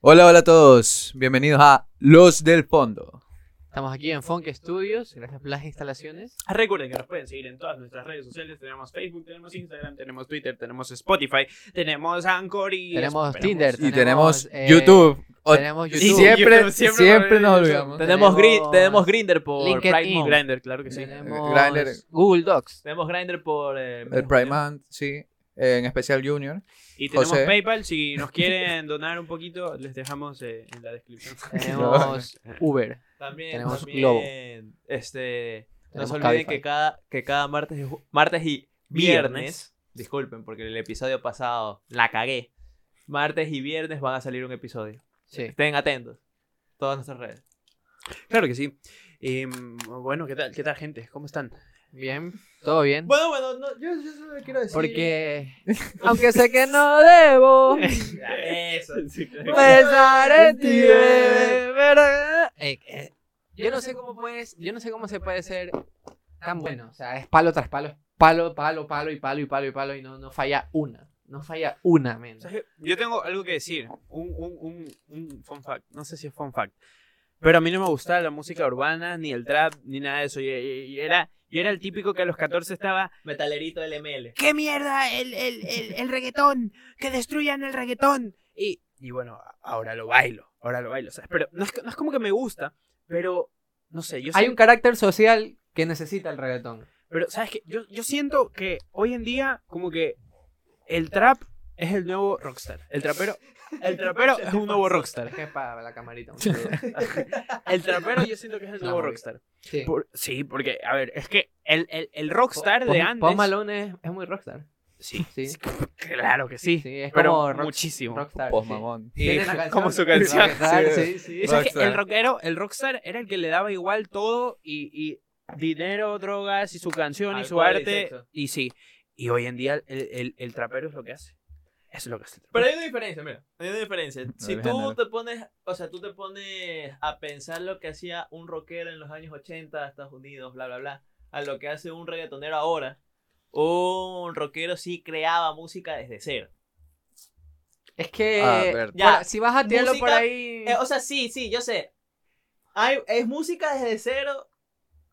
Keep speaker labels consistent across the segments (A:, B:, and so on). A: Hola, hola a todos. Bienvenidos a Los del Fondo.
B: Estamos aquí en Funk Studios, gracias por las instalaciones.
C: Ah, Recuerden que nos pueden seguir en todas nuestras redes sociales. Tenemos Facebook, tenemos Instagram, tenemos Twitter, tenemos Spotify, tenemos Anchor y...
B: Tenemos
C: esperamos-
B: Tinder.
A: Y tenemos,
B: eh,
A: YouTube. O-
B: Tenemos
A: y
B: YouTube.
A: siempre,
C: YouTube,
A: siempre, nos
C: siempre nos
A: olvidamos.
B: Tenemos-
D: Tenemos, Gri- tenemos Grinder por
B: LinkedIn.
D: Pride Month.
C: Grindr, claro que sí.
B: tenemos
A: Grindr.
B: Google Docs.
D: Tenemos Grinder por. eh,
A: El Prime Month, sí. Eh, en especial Junior.
C: Y tenemos
A: José.
C: PayPal. Si nos quieren donar un poquito, les dejamos eh, en la descripción.
B: Tenemos Uber.
D: También.
B: Tenemos
D: también,
B: Globo.
D: Este, no
B: Tenemos
D: se olviden
B: Cabify.
D: que cada, que cada martes, y ju- martes y viernes,
C: Viernes.
D: Disculpen, porque el episodio pasado la cagué. Martes y viernes van a salir un episodio.
B: Sí.
D: Estén atentos. Todas nuestras redes.
C: Claro que sí. Eh, bueno, ¿qué tal, ¿qué tal, gente? ¿Cómo están?
B: Bien, todo bien.
D: Bueno, bueno, no, yo, yo solo quiero decir.
B: Porque, aunque sé que no debo
D: Eso.
B: pensar en ti, bebé, pero- Eh, eh, yo no sé cómo puedes, yo no sé cómo se puede ser tan bueno. O sea, es palo tras palo, es palo, palo, palo y palo y palo y palo y no, no falla una. No falla una, men.
C: ¿Sabes qué? Yo tengo algo que decir, un, un, un, un fun fact, no sé si es fun fact, pero a mí no me gustaba la música urbana, ni el trap, ni nada de eso. Y, y- y era, yo era el típico que a los 14 estaba,
D: Metalerito LML.
C: ¡qué mierda el, el, el, el reggaetón! ¡Que destruyan el reggaetón! Y, y bueno, ahora lo bailo, ahora lo bailo, ¿sabes? Pero no es, no es como que me gusta, pero no sé, yo
B: Hay
C: soy-
B: un carácter social que necesita el reggaetón.
C: Pero, ¿sabes qué? Yo, yo siento que hoy en día, como que el trap es el nuevo rockstar. El trapero, el trapero es un nuevo rockstar.
B: Es que es para la camarita. un
C: El trapero yo siento que es el
B: La
C: nuevo
B: movida.
C: rockstar.
B: Sí.
C: Por- sí, porque, a ver, es que el, el, el rockstar
B: Po-
C: de
B: Post-
C: antes...
B: Post Malone es, es muy rockstar.
C: Sí,
B: Sí.
C: sí, claro que sí.
B: Sí, es
C: pero
B: como rock-
C: muchísimo.
B: Rockstar.
A: Post
B: sí.
A: mamón.
C: Y
B: Tiene una
C: como su
B: canción.
C: canción.
B: Rockstar,
A: Sí.
B: sí, sí.
C: O sea, que
A: Rockstar.
C: el rockero, el rockstar era el que le daba igual todo y, y dinero, drogas y su canción y su
D: Alcohol y
C: arte.
D: sexo.
C: Y, sí, y hoy en día el, el- el trapero es lo que hace. Es lo que hace. el
D: Pero
C: trapero.
D: hay una diferencia, mira, hay una diferencia. Si tú
A: género.
D: te pones, o sea, tú te pones a pensar lo que hacía un rockero en los años 80, Estados Unidos, bla, bla, bla, a lo que hace un reggaetonero ahora, un rockero sí creaba música desde cero.
B: Es que
A: Ah, A ver.
B: ya,
D: bueno,
B: si vas a tirarlo por
D: música-
B: ahí.
D: Eh, o sea, sí, sí, yo sé. Hay, es música desde cero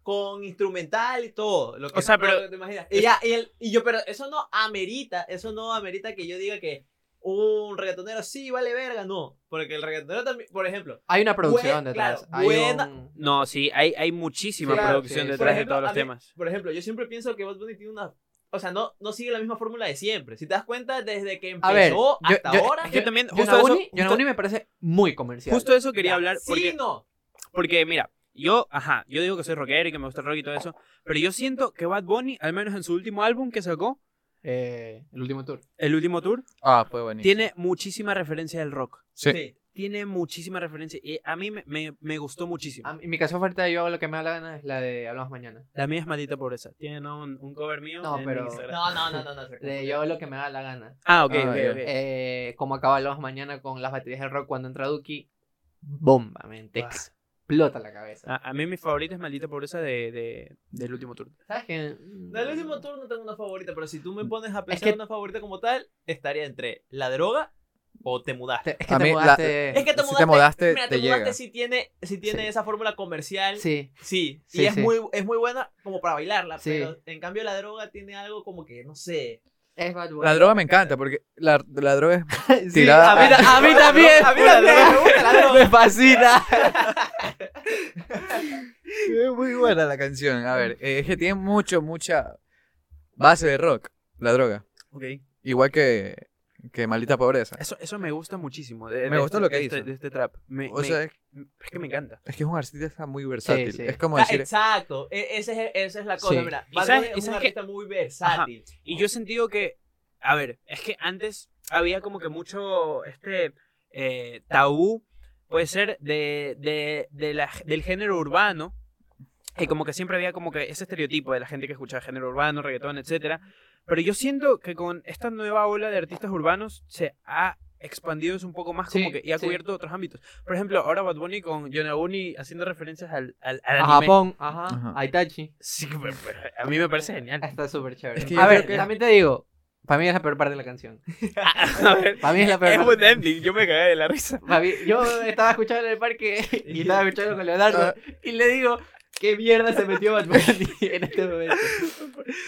D: con instrumental y todo. Lo que,
C: O sea,
D: todo
C: pero-
D: lo que te imaginas. Y, ya, y, el- y yo, pero eso no amerita, eso no amerita que yo diga que un reggaetonero sí vale verga, no. Porque el reggaetonero también, por ejemplo.
B: hay una producción
D: buen-
B: detrás.
D: claro,
B: hay
D: buena-
B: un-
C: No, sí, hay, hay muchísima
B: Claro,
C: producción
B: sí.
C: detrás
D: Por
C: de
D: ejemplo,
C: todos
D: a
C: los
D: mí-
C: temas.
D: Por ejemplo, yo siempre pienso que Bad Bunny tiene una. O sea, no, no sigue la misma fórmula de siempre. Si te das cuenta, desde que empezó
B: A ver, yo-
D: hasta
B: yo-
D: ahora.
C: Yo también, justo
B: Yona
C: eso,
B: Uni, Yona
C: justo-
B: Uni me parece muy comercial.
C: justo eso quería hablar.
D: Sí,
C: Porque,
D: no.
C: Porque mira, yo, ajá, yo digo que soy rockero y que me gusta el rock y todo eso, pero yo siento que Bad Bunny, al menos en su último álbum que sacó,
B: Eh, el último tour.
C: el último tour,
A: Ah, fue buenísimo.
C: tiene muchísima referencia del rock.
A: Sí.
D: Sí.
C: Tiene muchísima referencia y a mí me, me- me gustó muchísimo.
A: Ah.
B: A mí- mi canción favorita de yo hago lo que me da la gana es la de Hablamos Mañana.
C: La mía es maldita pobreza. Tienen un, un cover mío.
B: No,
C: en
B: pero-
C: mi Instagram.
D: No, no, no, no. no se
B: De yo hago lo que me da la gana.
C: Ah, ok,
A: Ah,
C: ok,
A: ya.
C: ok.
B: Eh, como acaba Hablamos Mañana con las baterías del rock cuando entra Duki. Bomba, men, te
C: Ah.
B: explota la cabeza.
C: A, a mí mi favorita es maldita pobreza de, de- del último tour.
B: ¿Sabes qué? Mm,
D: Del último tour no tengo una favorita, pero si tú me pones a pensar
B: que-
D: una favorita como tal, estaría entre la droga o te mudaste.
B: Te- Es que
A: A
B: te
A: mí la-
B: mudaste.
D: Es que te
A: si
D: mudaste,
A: te mudaste,
D: mira,
A: te
D: te mudaste
A: llega.
D: si tiene, si tiene
B: Sí.
D: esa fórmula comercial. Sí.
B: Sí.
D: Sí,
B: Sí,
D: y es,
B: sí.
D: Muy, es muy buena como para bailarla,
B: Sí.
D: pero en cambio la droga tiene algo como que, no sé.
B: Es Bad Bunny.
A: La droga me encanta porque la, la droga es
B: Sí,
A: tirada-
B: a mí, ta- a mí
D: La droga-
B: también.
D: a mí la droga me gusta, la droga.
B: Me fascina.
A: Es muy buena la canción. A ver, eh, es que tiene mucho, mucha base de rock, la droga.
C: Ok.
A: Igual que, que Maldita Pobreza.
C: Eso, eso me gusta muchísimo. de-
A: Me
C: de
A: gustó
C: este-
A: lo que
C: de este-
A: hizo.
C: de este trap. Me-
A: O
C: me-
A: sea, es,
C: es que me encanta.
A: es que es un artista muy versátil.
B: sí.
A: Es como
D: Ah,
A: decir,
D: Exacto, e- esa es, esa es la cosa,
B: Sí.
D: mira.
C: ¿Y
D: Bad
C: sabes-
D: Bunny
C: y
D: es un
C: sabes que-
D: artista muy versátil.
C: Y yo he sentido que, a ver, es que antes había como que mucho este eh, tabú, puede ser, de, de, de la- del género urbano. Y como que siempre había como que ese estereotipo de la gente que escuchaba género urbano, reggaetón, etcétera. Pero yo siento que con esta nueva ola de artistas urbanos se ha expandido eso un poco más como
B: Sí,
C: que y ha
B: sí.
C: cubierto otros ámbitos. Por ejemplo, ahora Bad Bunny con Yonaguni haciendo referencias al, al, al
B: A
C: anime.
B: Japón, ajá,
A: Ajá.
B: a Itachi.
C: Sí, pero- pero a mí me parece genial.
B: Está súper chévere.
A: Es que yo
B: a
A: creo
B: ver,
A: que-
B: también te digo, Para mí es la peor parte de la canción.
C: A ver,
B: Para mí es la peor
C: es
B: parte.
C: un ending, yo me cagué de la risa.
B: Pa' mí- yo estaba escuchando en el parque y estaba escuchando con
A: Ah.
B: Leonardo y le digo, ¿qué mierda se metió Bad Bunny en este momento?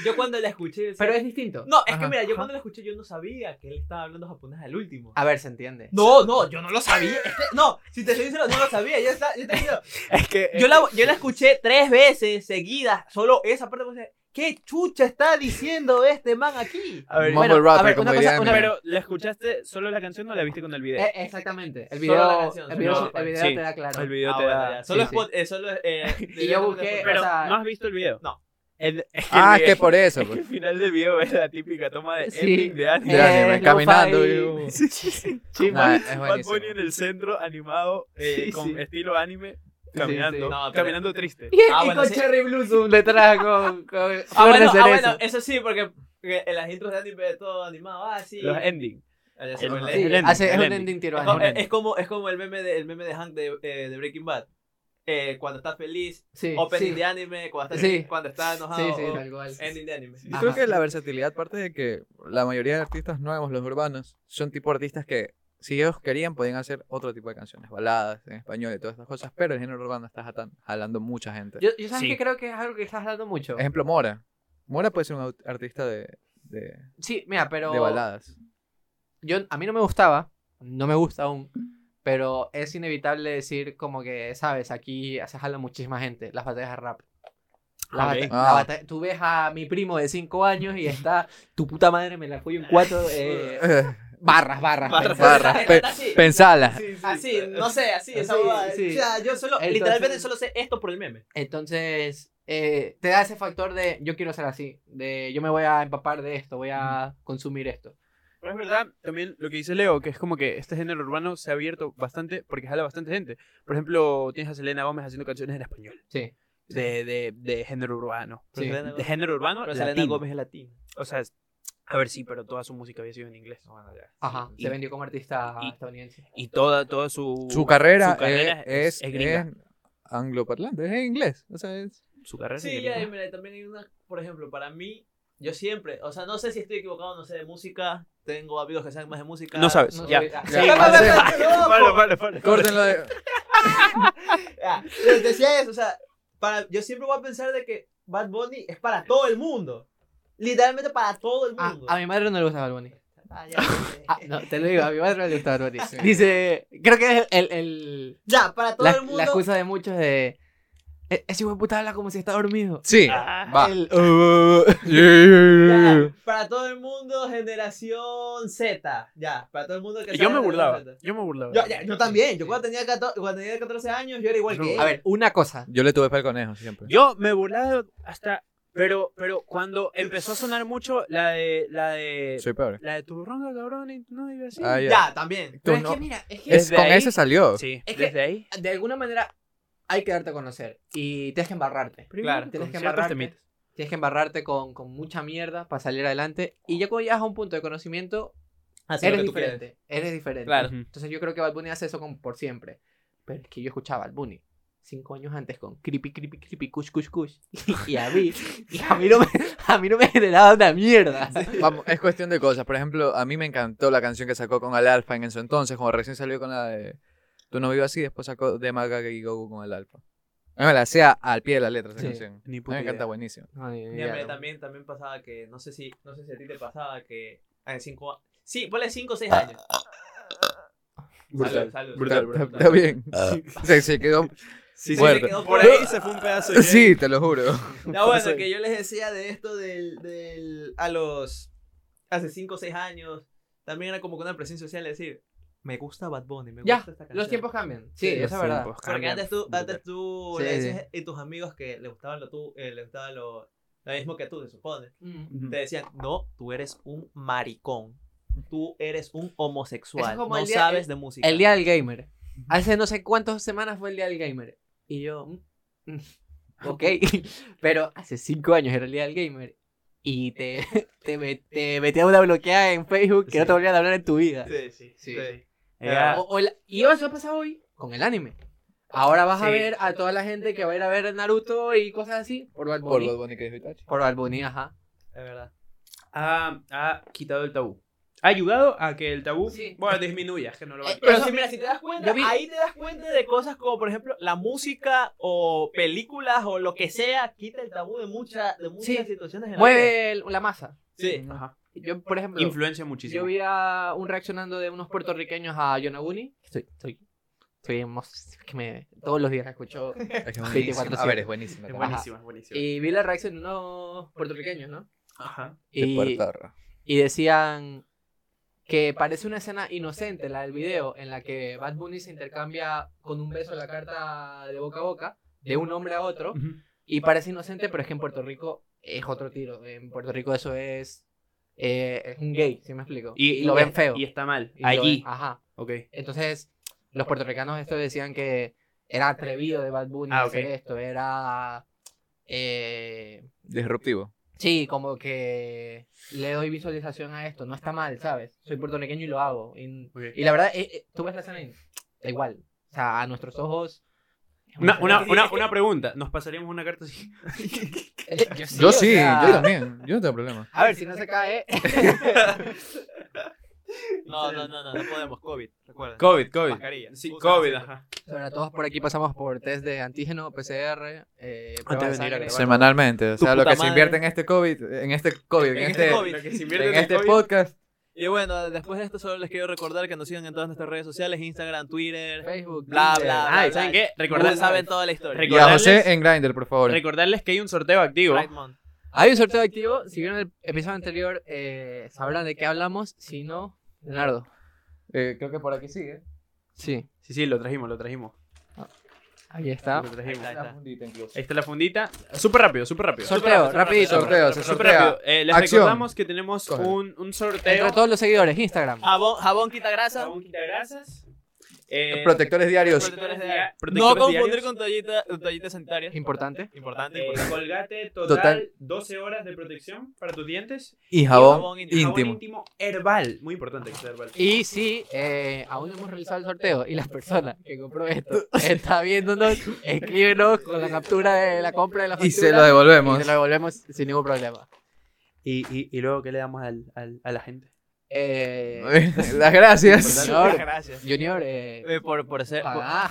D: Yo cuando la escuché. decía-
B: Pero es distinto.
D: No, es
A: Ajá,
D: que mira, yo cuando la escuché, yo no sabía que él estaba hablando japonés al último.
B: A ver, se entiende.
D: No, no, yo no lo sabía. Es que- no, si te soy sincero, no lo sabía. Yo, estaba- yo, te digo, Eh,
C: Es que eh,
D: yo, la, yo la escuché tres veces seguidas, solo esa parte. pues, ¿Qué chucha está diciendo este man aquí?
C: a ver,
A: Mumble
B: bueno, a
A: rapper,
B: ver,
A: como
B: una cosa-
A: dirían en
B: una-
A: mi-
C: pero ¿la escuchaste solo la canción o la viste con el video?
B: Eh, exactamente. El
D: Solo la
B: video,
D: canción,
B: el video,
D: solo
B: el video
C: sí.
B: te da claro.
C: el video
D: Ah,
C: te
D: bueno,
C: da-
D: ya. Solo
B: sí,
D: Spot- eh, solo, eh,
B: Y yo busqué-
D: Pero,
C: Pero
B: o sea-
C: ¿no has visto el video?
D: No.
C: El- es que el
A: Ah,
C: video-
A: que por eso.
C: es que
A: pues.
C: el final del video es la típica toma de
B: Sí.
C: ending de anime.
A: De
B: Eh,
A: anime,
B: lo-fi.
A: caminando. y-
C: Sí, sí, sí.
A: Nah, es
C: Bad
A: buenísimo.
C: Bunny en el centro, animado, eh,
B: Sí,
C: con
B: sí.
C: estilo anime, caminando,
B: sí.
D: No, pero-
C: caminando triste.
B: Y,
D: Ah,
B: y
D: bueno,
B: con
D: sí.
B: Cherry Blossom detrás, con, con
D: Ah,
B: flor de
D: bueno, ah,
B: cerezo.
D: bueno, eso sí, porque, porque en las intros de anime todo animado. Ah, sí.
C: Los ending.
D: Ah, ya sé cuál
C: el-
D: es.
B: Sí,
C: ending,
B: hace- es
C: el
B: un
C: ending.
B: ending
D: Es
B: tiroano.
D: como- Es, es como, es como el meme de, el meme de Hank de, eh, de Breaking Bad. Eh, cuando está feliz,
B: Sí,
D: opening
B: sí,
D: de anime, cuando está,
B: Sí.
D: cuando está enojado,
B: sí, sí,
D: o
B: tal cual.
D: ending de anime.
A: Yo
B: Ajá.
A: creo que la versatilidad parte de que la mayoría de artistas nuevos, los urbanos, son tipo de artistas que si ellos querían podían hacer otro tipo de canciones, baladas en español y todas estas cosas, pero el género urbano está jatan- jalando mucha gente.
B: Yo, yo sabes
C: Sí.
B: que creo que es algo que estás hablando mucho.
A: Ejemplo, Mora. Mora puede ser un aut- artista de, de,
B: Sí, mira, pero
A: de baladas.
B: yo a mí no me gustaba, no me gusta aún, pero es inevitable decir como que, sabes, aquí se jala muchísima gente, las batallas de rap. Las
C: Ok.
B: bata-
A: Ah.
B: la bata- tú ves a mi primo de 5 años y está, tu puta madre me la fui en cuatro eh,
A: Eh,
B: barras, barras,
C: Barras.
B: barras.
A: barras,
D: Está
A: pe-
D: así,
A: Pensala.
D: así, no sé, así, esa
B: Sí,
D: huevada.
B: sí.
D: O sea, yo solo,
B: Entonces-
D: literalmente solo sé esto por el meme.
B: Entonces, eh, te da ese factor de yo quiero ser así, de yo me voy a empapar de esto, voy a consumir esto.
C: Pero es verdad también lo que dice Leo, que es como que este género urbano se ha abierto bastante porque jala bastante gente. Por ejemplo, tienes a Selena Gómez haciendo canciones en español
B: Sí.
C: de, de, de género urbano.
B: Sí.
D: Selena
C: De
D: Gómez-
C: género urbano,
D: pero Selena
C: latino.
D: Gómez es latina.
C: O sea, es- a ver, sí, pero toda su música había sido en inglés.
B: Ajá,
C: Y-
B: se vendió como artista
C: y-
B: estadounidense.
C: Y toda, toda su,
A: Su carrera,
C: su carrera
A: eh, es,
C: es- es gringa.
A: en angloparlante, es en inglés. O sea, es-
C: su carrera.
D: Sí,
C: en inglés.
D: ya, y mira, también hay una, por ejemplo, para mí, yo siempre, o sea, no sé si estoy equivocado, no sé de música, tengo amigos que saben más de música.
C: No sabes,
B: No
C: ya.
B: soy- ah,
A: Ya.
B: sí,
A: Ya.
B: vale.
A: Marcelo.
C: Pablo, Pablo, Pablo.
A: Córtenlo de-
D: Ah, les decía eso, o sea, para, yo siempre voy a pensar de que Bad Bunny es para todo el mundo. Literalmente para todo el
B: Ah,
D: mundo.
B: a mi madre no le gusta Bad Bunny.
D: Ah, ya, ya,
B: Ah,
D: ya.
B: no, te lo digo, a mi madre no le gusta Bad Bunny. Dice, creo que es el, el-
D: Ya, para todo
B: la,
D: el
B: la
D: mundo.
B: excusa de muchos de... "E- Ese hijo de puta habla como si está dormido.
A: Sí,
C: Ah,
A: va.
B: El-
D: ya, para todo el mundo, generación Z. Ya, para todo el mundo que
C: Y
D: sea
C: Yo me
D: generación
C: burlaba.
D: Z.
C: Yo me burlaba.
D: Yo, ya, yo también. Yo cuando tenía, 14, cuando tenía 14 años, yo era igual que él.
B: A ver, una cosa.
A: Yo le tuve fe al conejo siempre.
C: Yo me burlaba hasta. Pero, pero cuando empezó a sonar mucho la de. La de.
A: Soy peor.
C: La de tu ronda, cabrón, y no digas así.
A: Ah,
D: ya,
A: ya.
D: también.
A: Tú
B: Pero es
A: no-
B: que mira, es que
A: es-
C: desde
A: con
C: ahí-
A: ese salió.
C: Sí,
B: Es que-
C: desde ahí.
B: de alguna manera hay que darte a conocer y tienes que embarrarte.
D: Claro,
B: tienes
C: con
B: que
C: ciertos
B: embarrarte.
C: temitas.
B: Tienes que embarrarte con, con mucha mierda para salir adelante. Y ya cuando llegas a un punto de conocimiento,
D: Así
B: eres diferente. Eres diferente.
D: Claro.
C: Ujú.
B: Entonces yo creo que Bad Bunny hace eso con, por siempre. Pero es que yo escuchaba a Bad Bunny cinco años antes con creepy, creepy, creepy, kush, kush, kush. Y a mí, y a mí no me, a mí no me generaba una mierda.
A: Vamos, es cuestión de cosas. Por ejemplo, a mí me encantó la canción que sacó con Al Alfa en su entonces, cuando recién salió con la de Tú no vivo así, después sacó de Maga y Goku con el Alfa. No me la sea al pie de la letra esa
B: Sí.
A: canción. A
C: Ni
A: mí me
C: puta
A: encanta
C: idea.
A: buenísimo.
B: No, ni- ni
D: Mira,
B: idea,
D: pero
B: no.
D: también, también pasaba que, no sé si, no sé si a ti te pasaba que en 5 Sí, ponle 5 o 6 años.
C: Brutal.
D: Salud, salud.
C: Brutal,
A: Está-
C: brutal.
A: Está bien. Se, se quedó.
C: Sí, sí.
A: Muerto.
D: quedó
C: Por ahí se fue un pedazo de.
A: Sí, te lo juro.
D: Ya bueno,
C: Sí.
D: que yo les decía de esto del, del a los hace 5 o 6 años, también era como que una presión social decir, me gusta Bad Bunny, me
B: Ya,
D: gusta esta canción.
B: los tiempos cambian. Sí,
A: Sí, los
B: eso es verdad.
C: Tiempos
D: Porque
C: cambian.
D: antes tú, antes tú
B: Sí,
D: le
B: sí.
D: decías a tus amigos que le gustaban lo tú, eh, le gustaba lo, lo mismo que tú, se supone.
B: Mm.
C: Ujú.
D: Te decían, no, tú eres un maricón. Tú eres un homosexual.
B: Eso es como
D: no
B: el día-
D: sabes de música.
B: El día del gamer. Hace no sé cuántas semanas fue el día del gamer. Y yo, mm, mm, ok. Pero hace cinco años era el día del gamer. Y te, te, met- te metían una bloqueada en Facebook que no
C: Sí.
B: te volvían a hablar en tu vida.
D: Sí, sí.
B: Sí, sí.
C: Era-
B: O- o la- y eso ha pasado hoy con el anime. Ahora vas a
C: Sí.
B: ver a toda la gente que va a ir a ver Naruto y cosas así por Bad
A: Por
B: Bunny.
A: lo bonito que dijo Itachi.
B: Por Bad Bunny, ajá.
D: Es verdad.
C: ha, Ah, ha quitado el tabú. Ha ayudado a que el tabú,
B: Sí.
C: bueno, disminuya, que no lo va a
D: Eh,
C: quitar.
D: Pero si, mira, si te das cuenta,
B: yo vi-
D: ahí te das cuenta de cosas como, por ejemplo, la música o películas o lo que sea, quita el tabú de, mucha, de muchas
B: Sí.
D: situaciones. en la vida.
B: Mueve el- la masa.
D: Sí.
C: Ajá.
B: Yo, por ejemplo,
C: Influencia muchísimo.
B: eh, yo vi a un reaccionando de unos puertorriqueños a Yonaguni. Estoy, estoy, estoy emo- que me- todos los días la escucho.
A: Es que es
B: 24/7.
A: buenísimo. A ver, es buenísimo.
C: Es
A: claro.
C: buenísimo, es buenísimo.
B: Y vi la reacción de unos puertorriqueños, ¿no?
C: Ajá.
A: De
B: Y,
A: Puerto Rico.
B: y decían que parece una escena inocente la del video en la que Bad Bunny se intercambia con un beso la carta de boca a boca de un hombre a otro
C: Ujú.
B: y parece inocente, pero es que en Puerto Rico es otro tiro. En Puerto Rico eso es, eh, es un gay, si me explico. Y, lo ven
C: es-
B: feo.
C: Y está mal.
B: Y lo
C: Allí.
B: ven- ajá.
C: Ok.
B: Entonces, los puertorricanos esto decían que era atrevido de Bad Bunny
C: Ah,
B: hacer
C: ok.
B: esto, era... eh,
A: Disruptivo.
B: Sí, como que le doy visualización a esto, no está mal, ¿sabes? Soy puertorriqueño y lo hago. Y,
C: Ok.
B: y la verdad, eh, eh, tú ves la escena y da igual. O sea, a nuestros ojos. es
C: Una,
B: escena-
C: una, una, una pregunta. ¿Nos pasaríamos una carta así?
B: Eh,
A: yo
B: o
A: sí,
B: sea,
A: yo también. Yo no tengo problema.
B: A ver, si no se cae.
D: No, no, no, no, no podemos. COVID, recuerda.
C: COVID, COVID.
D: Mascarilla.
C: Sí,
D: Usa
C: COVID,
D: la-
C: ajá.
B: Bueno, todos por aquí pasamos por test de antígeno, PCR. Eh, prueba
C: Antes de venir a
B: sangre.
C: grabar.
A: Semanalmente. O
D: Tu
A: sea, lo
D: puta
A: que se invierte
D: madre.
A: en este COVID, en este COVID, en,
D: En este
A: este,
D: COVID.
C: Lo que se invierte
A: en
C: el
A: este
C: COVID.
A: podcast.
D: Y bueno, después de esto solo les quiero recordar que nos sigan en todas nuestras redes sociales, Instagram, Twitter,
B: Facebook,
D: Bla,
B: Tinder.
D: bla,
C: Ah, ¿y ¿saben qué?
D: Ustedes
C: Recordar-
D: saben toda la historia.
A: Y a
C: Recordarles-
A: José en Grindr, por favor.
C: Recordarles que hay un sorteo activo.
D: Right, Mon.
B: Hay un sorteo activo. Si vieron el episodio anterior, eh, sabrán de qué hablamos. Si no, Leonardo.
A: Eh, creo que por aquí sigue.
B: Sí,
C: Sí, sí, lo trajimos, lo trajimos.
B: ahí está.
C: Lo
D: Ahí
C: trajimos.
D: está, ahí
A: La
D: está.
A: fundita incluso.
C: Ahí está la fundita. Súper rápido, súper rápido.
B: Sorteo, rapidito.
A: Sorteo, se
C: Súper
A: sortea.
C: rápido. Eh, les
A: Acción.
C: recordamos que tenemos
A: Cógelo.
C: un, un
B: Entre
C: sorteo.
B: todos los seguidores, Instagram.
C: Ah,
D: Jabón, jabón quita grasa.
C: Jabón quitagrasas. Eh,
A: Protectores diarios.
D: protectores de-
C: dia-
D: No
C: protectores
D: confundir
C: diarios.
D: con toallita, toallitas sanitarias.
B: Importante.
D: Importante,
C: Eh,
D: importante.
C: colgate total,
A: Total.
C: 12 horas de protección para tus dientes.
A: Y
D: jabón
A: jabón
D: íntimo.
C: Jabón
A: íntimo.
C: íntimo herbal. Muy importante que sea herbal.
B: Y si eh, aún no hemos realizado el sorteo y la persona que compró esto está viéndonos, escríbenos con la captura de la compra de la factura
A: Y se lo devolvemos.
B: y se lo devolvemos sin ningún problema.
C: Y, y, y luego, ¿qué le damos al, al- a la gente?
B: Eh,
A: Las gracias.
B: Importante.
D: Muchas gracias.
B: junior, eh, ah,
D: Eh, por, por ser. por-
B: pagá.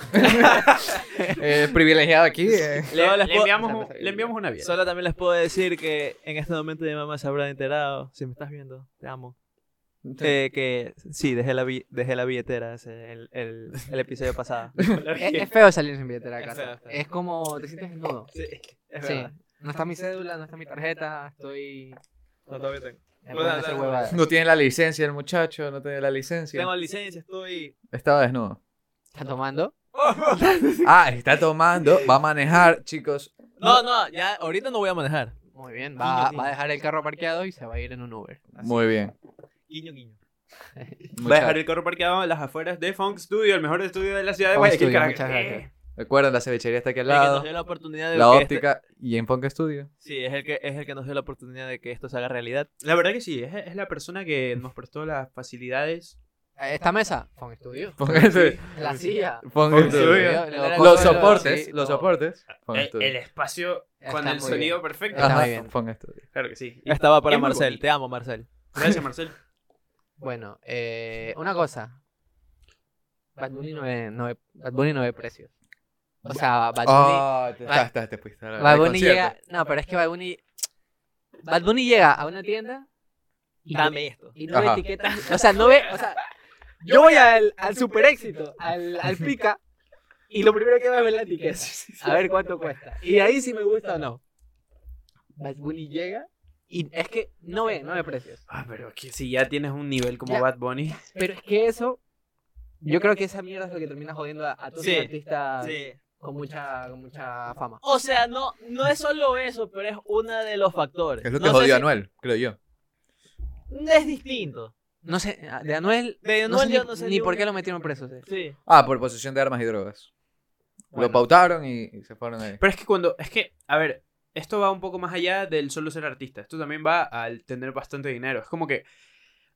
A: Eh, privilegiado aquí. eh.
D: Solo
C: Le,
D: les
C: le
D: puedo-
C: enviamos, un- le enviamos una bien.
D: Solo también les puedo decir que en este momento mi mamá se habrá enterado. Si me estás viendo, te amo. Eh, que sí, dejé la, bi- dejé la billetera ese, el, el, el episodio pasado.
B: es, es feo salir sin billete de la
D: Es
B: casa.
D: feo, es feo.
B: Es como te sientes desnudo.
D: Sí, es
B: Sí.
D: verdad.
B: No está mi cédula, no está mi tarjeta, estoy.
D: No, todavía tengo.
B: me
D: Bueno,
B: pueden hacer
D: dale,
B: huevadas.
A: No tiene la licencia el muchacho, no tiene la licencia.
D: Tengo licencia, estoy.
A: Estaba desnudo.
B: ¿Está tomando?
A: Ah, está tomando, va a manejar, chicos.
D: No, no, ya ahorita no voy a manejar.
B: Muy bien. Va,
D: Guiño,
B: va a
D: guiño.
B: dejar el carro parqueado y se va a ir en un Uber.
A: Muy bien.
D: Guiño, guiño.
C: Voy a dejar
A: Mucha-
C: el carro parqueado en las afueras de Funk Studio, el mejor estudio de la ciudad de
B: Funk
C: Guayaquil,
B: Studio,
C: Caracas.
B: muchas gracias.
C: Eh,
A: Recuerden, la cevichería está aquí al
D: El que nos
A: lado,
D: dio la oportunidad de
A: la
D: que este-
A: óptica y en Funk Studio.
D: Sí, es el, que, es el que nos dio la oportunidad de que esto se haga realidad.
C: La verdad que sí, es, es la persona que nos prestó las facilidades.
B: Eh, Esta mesa, con estudio.
A: Pónganse.
B: La silla.
A: Funk
C: Funk
A: Studio.
C: Studio.
A: Los soportes, los soportes. Funk
C: El, el
A: Studio.
C: espacio
B: Está
C: con el
B: muy
C: sonido
B: bien.
C: perfecto.
B: Está
A: Ajá,
B: muy bien.
A: Funk Studio.
C: Claro que sí. Y
D: Esta va para
C: es muy
D: Marcel.
C: bonito.
D: Te amo, Marcel.
C: Gracias, Marcel.
B: Bueno, eh, una cosa. Bad Bunny no ve, no ve- Bad Bunny no ve precios. O sea, Bad Bunny,
A: Ah, te
B: Bad-
A: estás, te fuiste. al-
B: Bad
A: al
B: Bunny llega.
A: concierto.
B: No, pero es que Bad Bunny. Bad Bunny llega a una tienda y,
D: Dame esto.
B: y no ve
A: Ajá.
B: etiquetas. O sea, no ve. O sea, yo voy al, al super éxito, al, al pica, y lo primero que veo es ver la etiqueta. A ver cuánto cuesta. Y ahí si me gusta o no. Bad Bunny llega y es que no ve, no ve precios.
C: Ah, pero que si ya tienes un nivel como
B: Ya.
C: Bad Bunny.
B: Pero es que eso, yo creo que esa mierda es lo que termina jodiendo a, a todos
D: Sí,
B: los artistas
D: Sí.
B: con, mucha, con mucha fama.
D: O sea, no, no es solo eso, pero es uno de los factores.
A: Es lo que
D: No sé
A: jodió a
D: si-
A: Anuel, creo yo.
D: Es distinto.
B: No sé, de Anuel,
D: De
B: no sé
D: Anuel
B: ni,
D: yo no sé
B: ni
D: ni
B: por
D: un-
B: qué lo metieron preso. sí.
D: Sí.
A: Ah, por posesión de armas y drogas. Lo
B: Bueno.
A: pautaron y, y se fueron ahí.
C: Pero es que cuando. Es que, a ver, esto va un poco más allá del solo ser artista. Esto también va al tener bastante dinero. Es como que.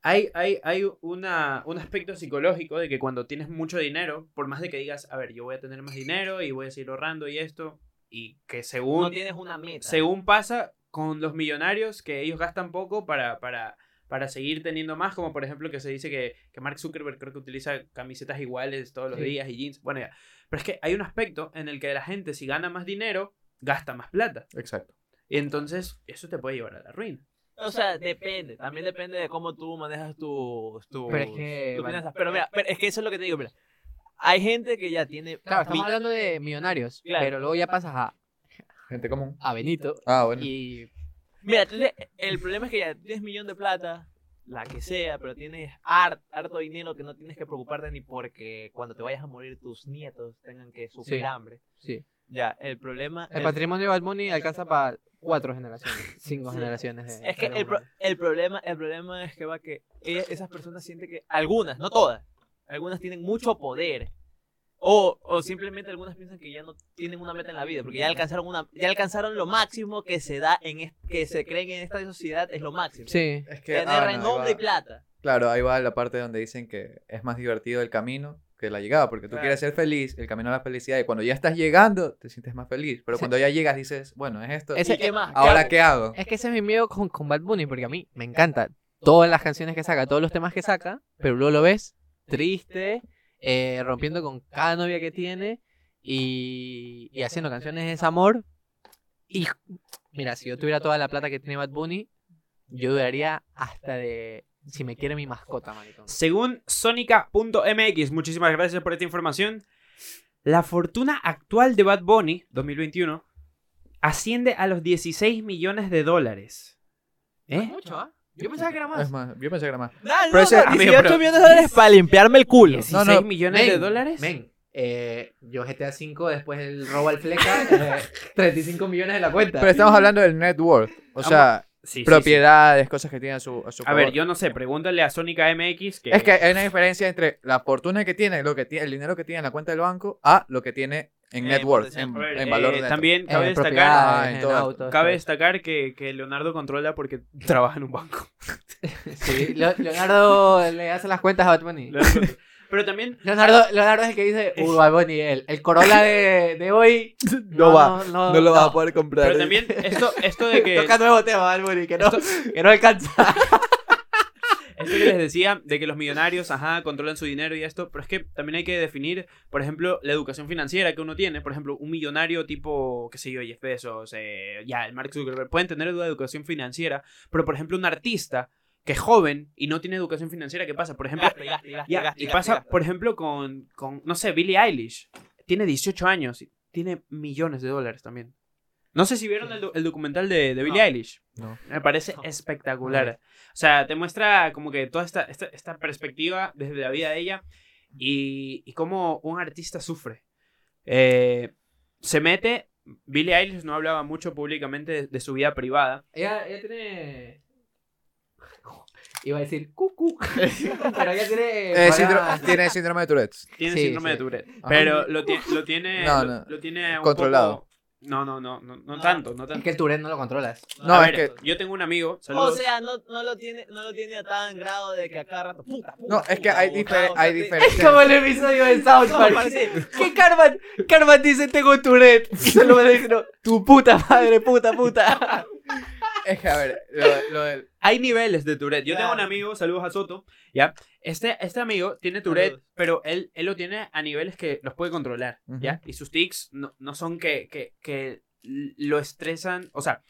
C: Hay, hay, hay una, un aspecto psicológico de que cuando tienes mucho dinero, por más de que digas, a ver, yo voy a tener más dinero y voy a seguir ahorrando y esto, y que según,
D: No tienes una meta.
C: según pasa, con los millonarios que ellos gastan poco para, para, para seguir teniendo más, como por ejemplo que se dice que, que Mark Zuckerberg creo que utiliza camisetas iguales todos los
B: Sí.
C: días y jeans. Bueno, ya. Pero es que hay un aspecto en el que la gente si gana más dinero, gasta más plata.
A: Exacto.
C: Y entonces eso te puede llevar a la ruina.
D: O sea, depende. También depende de cómo tú manejas tus, tus,
B: Pero es que,
D: tus
B: vale.
D: finanzas. Pero mira, pero es que eso es lo que te digo. Mira. Hay gente que ya tiene.
B: Claro, estamos
D: mil-
B: hablando de millonarios,
D: Claro.
B: pero luego ya pasas a,
A: Gente común.
B: a Benito
A: Ah, bueno.
B: y
D: Mira, tú tienes- el problema es que ya tienes millón de plata, la que sea, pero tienes har- harto dinero que no tienes que preocuparte ni porque cuando te vayas a morir tus nietos tengan que sufrir
B: Sí.
D: hambre.
B: sí.
D: Ya, el problema.
B: El
D: es-
B: patrimonio de Bad Bunny alcanza para cuatro generaciones, cinco
D: Sí.
B: generaciones. de
D: Es que
B: seres
D: el, pro-
B: humanos.
D: el problema, el problema es que va que e- esas personas sienten que algunas, no todas, algunas tienen mucho poder. O, o simplemente algunas piensan que ya no tienen una meta en la vida, porque ya alcanzaron una, ya alcanzaron lo máximo que se da en es- que se creen en esta sociedad es lo máximo.
B: Sí,
A: Es que,
D: Tener
A: ah, no, ahí
D: renombre y
A: va.
D: plata.
A: Claro, ahí va la parte donde dicen que es más divertido el camino que la llegada, porque tú
D: Claro.
A: quieres ser feliz, el camino a la felicidad, y cuando ya estás llegando, te sientes más feliz, pero
B: Sí.
A: cuando ya llegas dices, bueno, es esto,
B: Ese-
D: ¿Y qué más?
A: ahora qué hago.
B: es que ese es mi miedo con, con Bad Bunny, porque a mí me encanta todas las canciones que saca, todos los temas que saca, pero luego lo ves triste, eh, rompiendo con cada novia que tiene y, y haciendo canciones de desamor. Y mira, si yo tuviera toda la plata que tiene Bad Bunny, yo duraría hasta de si me quiere mi mascota, maricón.
C: Según Sonica.mx, muchísimas gracias por esta información. La fortuna actual de Bad Bunny 2021 asciende a los 16 millones de dólares. ¿Eh?
B: Mucho, ¿ah? Yo pensaba que era
A: Es más, yo pensé que era más.
D: No,
A: Pero
D: no,
A: ese-
D: no,
C: amigo,
D: 18
C: pero-
D: millones de dólares para limpiarme el culo.
A: No,
C: 16
A: no,
C: millones de
B: Men,
C: dólares.
B: Men, eh, yo GTA V, después el robo al fleca, eh, 35 millones de la cuenta.
A: Pero estamos hablando del net worth, o
C: Vamos,
A: sea,
C: Sí, sí,
A: propiedades, cosas que tiene a su, a su
C: sí. A ver,
A: favor.
C: yo no sé, pregúntale a Sónica MX que
A: Es que hay una diferencia entre la fortuna que tiene, lo que tiene, el dinero que tiene en la cuenta del banco, a lo que tiene en
D: Eh,
A: net worth,
D: potencial.
A: en,
C: A ver,
A: en valor
C: eh,
A: neto.
C: También
B: En
C: cabe destacar, eh,
B: propiedades,
A: Ah, en
B: en
A: todo.
B: autos, pues.
C: cabe
B: todo.
C: destacar que, que Leonardo controla porque trabaja en un banco.
B: Sí, Leo- Leonardo le hace las cuentas a Bad Bunny.
C: Leonardo controla. Pero también
B: Leonardo, Leonardo es el que dice, uh, Bad Bunny, el, el Corolla de, de hoy.
A: No va,
B: no,
A: No lo vas
B: no.
A: a poder comprar.
C: pero también esto esto de que
B: Toca nuevo tema, Bad Bunny, que no, que no alcanza.
C: Esto que les decía de que los millonarios, ajá, controlan su dinero y esto, pero es que también hay que definir, por ejemplo, la educación financiera que uno tiene. Por ejemplo, un millonario tipo, qué sé yo, Jeff Bezos, eh, ya, el Mark Zuckerberg, pueden tener una educación financiera, pero por ejemplo, un artista que es joven y no tiene educación financiera, ¿qué pasa? Por ejemplo,
D: Gasto, gasto, gasto,
C: ya,
D: gasto,
C: y
D: gasto,
C: pasa,
D: gasto.
C: por ejemplo, con, con, no sé, Billie Eilish, tiene 18 años y tiene millones de dólares también. No sé si vieron el, do- el documental de, de Billie
D: No.
C: Eilish.
A: No.
C: Me parece
D: No.
C: espectacular. O sea, te muestra como que toda esta, esta, esta perspectiva desde la vida de ella y, y cómo un artista sufre. Eh, se mete. Billie Eilish no hablaba mucho públicamente de, de su vida privada.
B: Ella, ella tiene... Iba a decir cucu. Pero ella tiene...
A: Eh, síndro-
B: problemas-
A: tiene síndrome de Tourette's.
C: Tiene
B: Sí,
C: síndrome
B: sí.
C: de Tourette.
A: Ajá.
C: Pero lo, tie- lo tiene.
A: No,
C: lo,
A: no.
C: lo tiene un
A: Controlado.
C: poco- No, no, no, no, no
D: No.
C: tanto, no
B: Es
C: tanto.
B: que el Tourette no lo controlas.
A: No,
C: A
A: es
C: ver,
D: que-
C: yo tengo un amigo.
D: O
C: saludos.
D: Oh, sea, no, no lo tiene, no lo tiene a tan grado de que a cada rato. puta, puta,
A: No, es que
D: puta,
A: hay,
D: puta,
A: difer-
D: o sea,
A: hay
D: te-
B: Es
A: diferencias.
B: como el episodio de South
D: No,
B: Park.
D: parece-
B: ¿Qué Carman? Carman dice tengo Tourette. Y solo me dice, no, tu puta madre, puta, puta.
A: Es que, a ver, lo, lo del-
C: Hay niveles de Tourette. Yo tengo un
D: Claro.
C: amigo, saludos a Soto, ¿ya? Este, este amigo tiene Tourette,
D: Saludos.
C: pero él, él lo tiene a niveles que los puede controlar, ¿ya?
A: Ujú.
C: Y sus tics no, no son que, que, que lo estresan, o sea,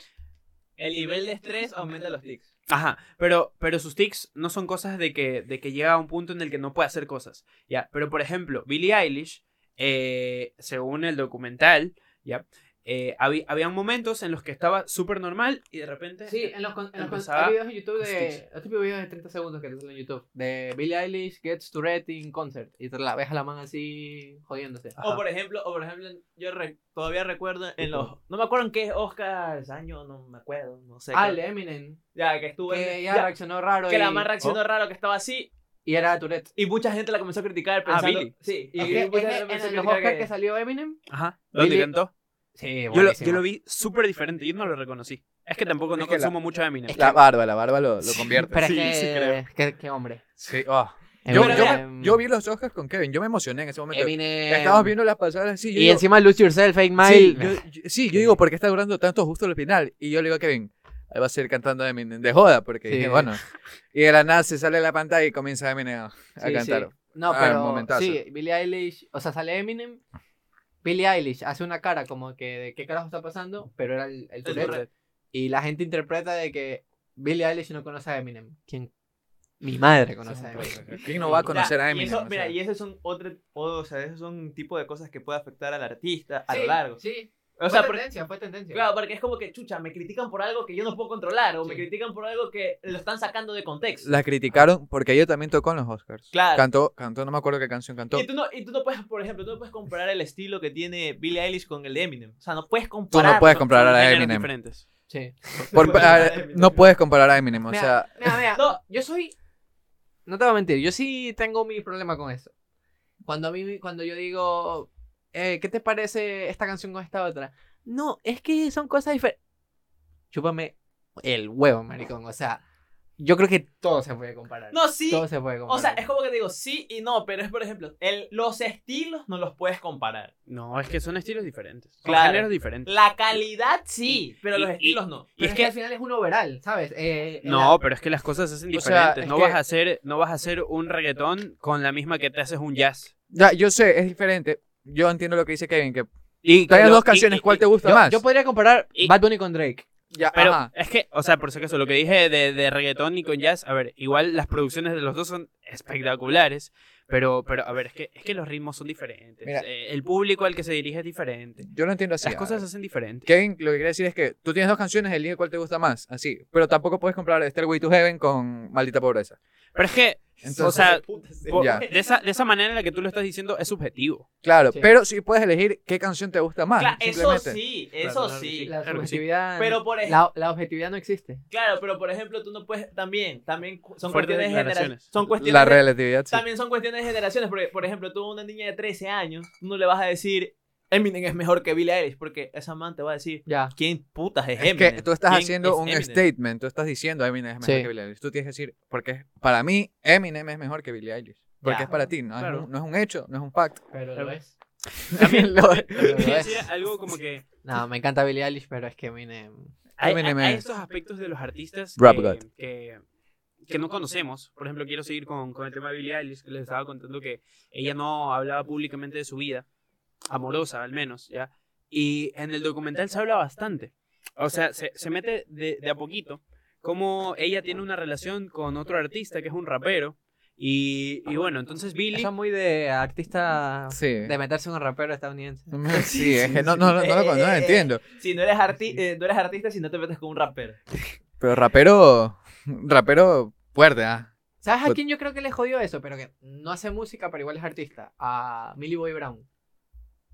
D: El nivel de estrés aumenta los tics.
C: ajá, pero, pero sus tics no son cosas de que, de que llega a un punto en el que no puede hacer cosas, ¿ya? Pero, por ejemplo, Billie Eilish, eh, según el documental, ¿ya? Eh, habí- habían momentos en los que estaba súper normal y de repente...
B: Sí, en los, con- en los con-
C: Empezaba
B: hay videos en YouTube de.
C: Stitch.
B: Los típicos videos de 30 segundos que te salen en YouTube. De Billie Eilish gets Tourette in concert. Y te la ves a la mano así jodiéndose.
C: Ajá.
D: O por ejemplo, o por ejemplo, yo re- todavía recuerdo en los. No me acuerdo en qué Oscars año, no me acuerdo, no sé.
B: Ah, el
D: qué-
B: de Eminem.
D: ya, que estuvo
B: Que
D: en.
B: ella
D: ya,
B: reaccionó raro.
D: que
B: y,
D: la más reaccionó raro que estaba así.
B: y era Tourette.
D: Y mucha gente la comenzó a criticar pensando.
C: Billie.
D: sí. Y pues,
B: Es que- es que
D: mucha gente
B: en
D: comenzó a
B: el
D: criticar
B: Oscar que...
D: que-
B: salió Eminem.
C: Ajá, ¿dónde
B: Billie-
C: cantó?
B: Sí,
C: Yo lo,
B: buenísimo.
C: yo lo vi súper diferente, yo no lo reconocí. Es que tampoco no
A: Es que la-
C: consumo mucho Eminem.
A: la barba, la barba lo, lo convierte.
B: Pero es
C: Sí,
B: que.
C: sí creo.
B: qué, qué hombre.
A: Sí, ah.
C: Em,
A: Yo,
D: Pero
A: yo
D: mira,
A: me- yo vi los Oscars con Kevin, yo me emocioné en ese momento.
B: Eminem.
A: Estábamos viendo las pasadas así. Yo
B: Y
A: digo,
B: encima Lose Yourself, Fake Mile.
A: sí, yo, yo- sí, yo digo, ¿por qué está durando tanto justo el final? Y yo le digo a Kevin, Él va a seguir cantando Eminem de joda, porque
B: Sí.
A: dije, bueno. Y de la nada se sale a la pantalla y comienza Eminem a, a
B: Sí,
A: cantar.
B: sí. No,
A: Ah,
B: pero
A: momentazo.
B: sí, Billie Eilish, o sea, sale Eminem, Billie Eilish hace una cara como que de qué carajo está pasando, pero era el, el Tourette,
D: Tourette.
B: y la gente interpreta de que Billie Eilish no conoce a Eminem. ¿Quién? Mi madre conoce a Eminem.
A: ¿Quién no va a conocer
D: Ya,
A: a
D: y
A: Eminem?
D: eso-
A: O sea,
D: mira, y esos son otro, o sea, esos son tipo de cosas que puede afectar al artista a lo largo.
B: Sí,
D: O sea,
B: fue
D: porque,
B: tendencia, fue tendencia.
D: claro, porque es como que, chucha, me critican por algo que yo no puedo controlar o me
B: Sí.
D: critican por algo que lo están sacando de contexto.
A: La criticaron porque ella también tocó en los Oscars.
D: Claro.
A: Cantó, cantó, no me acuerdo qué canción cantó.
D: Y tú, no, y tú no puedes, por ejemplo, tú no puedes comparar el estilo que tiene Billie Eilish con el de Eminem. O sea, no puedes
A: Tú
D: comparar.
A: no puedes
C: Son-
A: comprar
C: son
A: a
C: géneros
A: Eminem.
C: diferentes.
B: Sí.
A: Por-
D: puedes
A: ah,
D: comparar a Eminem.
A: no puedes comparar a Eminem, o
B: Mira,
A: sea,
B: Mira, mira,
D: No.
B: yo soy. No te voy a mentir, yo sí tengo mi problema con eso. Cuando a mí, cuando yo digo, eh, ¿qué te parece esta canción con esta otra? No, es que son cosas diferentes. Chúpame el huevo, maricón. O sea, yo creo que todo se puede comparar.
D: No, sí.
B: Todo se puede
D: O
B: comparar.
D: sea, es como que te digo sí y no, pero es por ejemplo, el, los estilos no los puedes comparar.
C: No, es que son estilos diferentes. Son
D: Claro.
C: géneros diferentes.
D: La calidad sí, pero
C: y-
D: los
C: y-
D: estilos no.
C: Y
B: Pero
C: es que
B: al final es un overall, ¿sabes? Eh, en
C: No,
B: la-
C: pero es que las cosas se hacen
A: O sea,
C: diferentes.
A: es
C: no,
A: que-
C: vas a hacer, no vas a hacer un reggaetón con la misma que te haces un jazz.
A: ya, yo sé, es diferente. Yo entiendo lo que dice Kevin, que
C: Y
A: traen
C: lo-
A: dos
C: y-
A: canciones,
C: y-
A: ¿cuál te gusta
B: yo,
A: más?
B: yo podría comparar
C: Y-
B: Bad Bunny con Drake.
A: Ya,
C: Pero
A: ajá.
C: es que, o sea, por si acaso, lo que dije de, de reggaetón y con jazz, a ver, igual las producciones de los dos son espectaculares, pero, pero a ver, es que, es que los ritmos son diferentes.
A: Mira.
C: eh, el público al que se dirige es diferente.
A: yo lo entiendo así.
C: Las
A: a
C: cosas
A: ver.
C: se hacen diferentes.
A: Kevin, lo que quería decir es que tú tienes dos canciones, elige cuál te gusta más, así. Pero tampoco puedes comprar Stairway to Heaven con Maldita Pobreza.
C: Pero es que, o
A: Entonces,
C: sea,
D: Puta, sí.
C: po-
A: Ya.
C: de, esa, de esa manera en la que tú lo estás diciendo es subjetivo.
A: claro,
B: Sí.
A: pero sí puedes elegir qué canción te gusta más.
D: Claro, eso
A: Ah, simplemente.
D: sí,
C: Claro,
D: eso
C: claro que
D: sí.
C: sí.
B: La
C: claro que sí.
B: subjetividad.
D: Pero por ej-
B: la, la objetividad no existe.
D: Claro, pero por ejemplo, tú no puedes también, también cu- son
C: Fuertes
D: cuestiones de generaciones.
C: declaraciones.
D: Son cuestiones
A: La
D: de-
A: relatividad, sí.
D: también son cuestiones de generaciones, porque por ejemplo, tú a una niña de 13 años, tú no le vas a decir Eminem es mejor que Billie Eilish, porque esa man te va a decir,
B: Ya.
D: ¿quién putas es
A: Es
D: Eminem?
A: que tú estás
D: ¿Quién
A: haciendo
D: es
A: un
D: Eminem?"
A: statement, tú estás diciendo Eminem es mejor
B: Sí.
A: que Billie Eilish. Tú tienes que decir, porque para mí Eminem es mejor que Billie Eilish. Porque
D: Ya.
A: es para ti, no,
C: Claro.
A: es un, no es un hecho, no es un pacto.
B: Pero
C: Claro.
B: lo es.
A: Lo-
B: Pero lo es.
C: Decía algo como que
B: No, me encanta Billie Eilish, pero es que Eminem.
C: hay, hay,
A: Eminem
C: hay
A: es-
C: estos aspectos de los artistas
A: Rap God.
C: que, que, que no conocemos. Por ejemplo, quiero seguir con, con el tema de Billie Eilish, que les estaba contando que ella no hablaba públicamente de su vida, amorosa al menos, ¿ya? Y en el documental se habla bastante. O sea, se, se mete de, de a poquito cómo ella tiene una relación con otro artista que es un rapero. Y, y bueno, entonces Billie...
B: Eso es muy de artista.
A: Sí.
B: De meterse en un rapero estadounidense.
A: Sí, es que no, no, no, no lo- no lo entiendo.
D: Si no eres, arti- eh, no eres artista, si no te metes con un rapero.
A: Pero rapero, rapero fuerte, ¿ah?
B: ¿Sabes a
A: But-
B: quién yo creo que le jodió eso? Pero que no hace música, pero igual es artista. A Millie Boy Brown.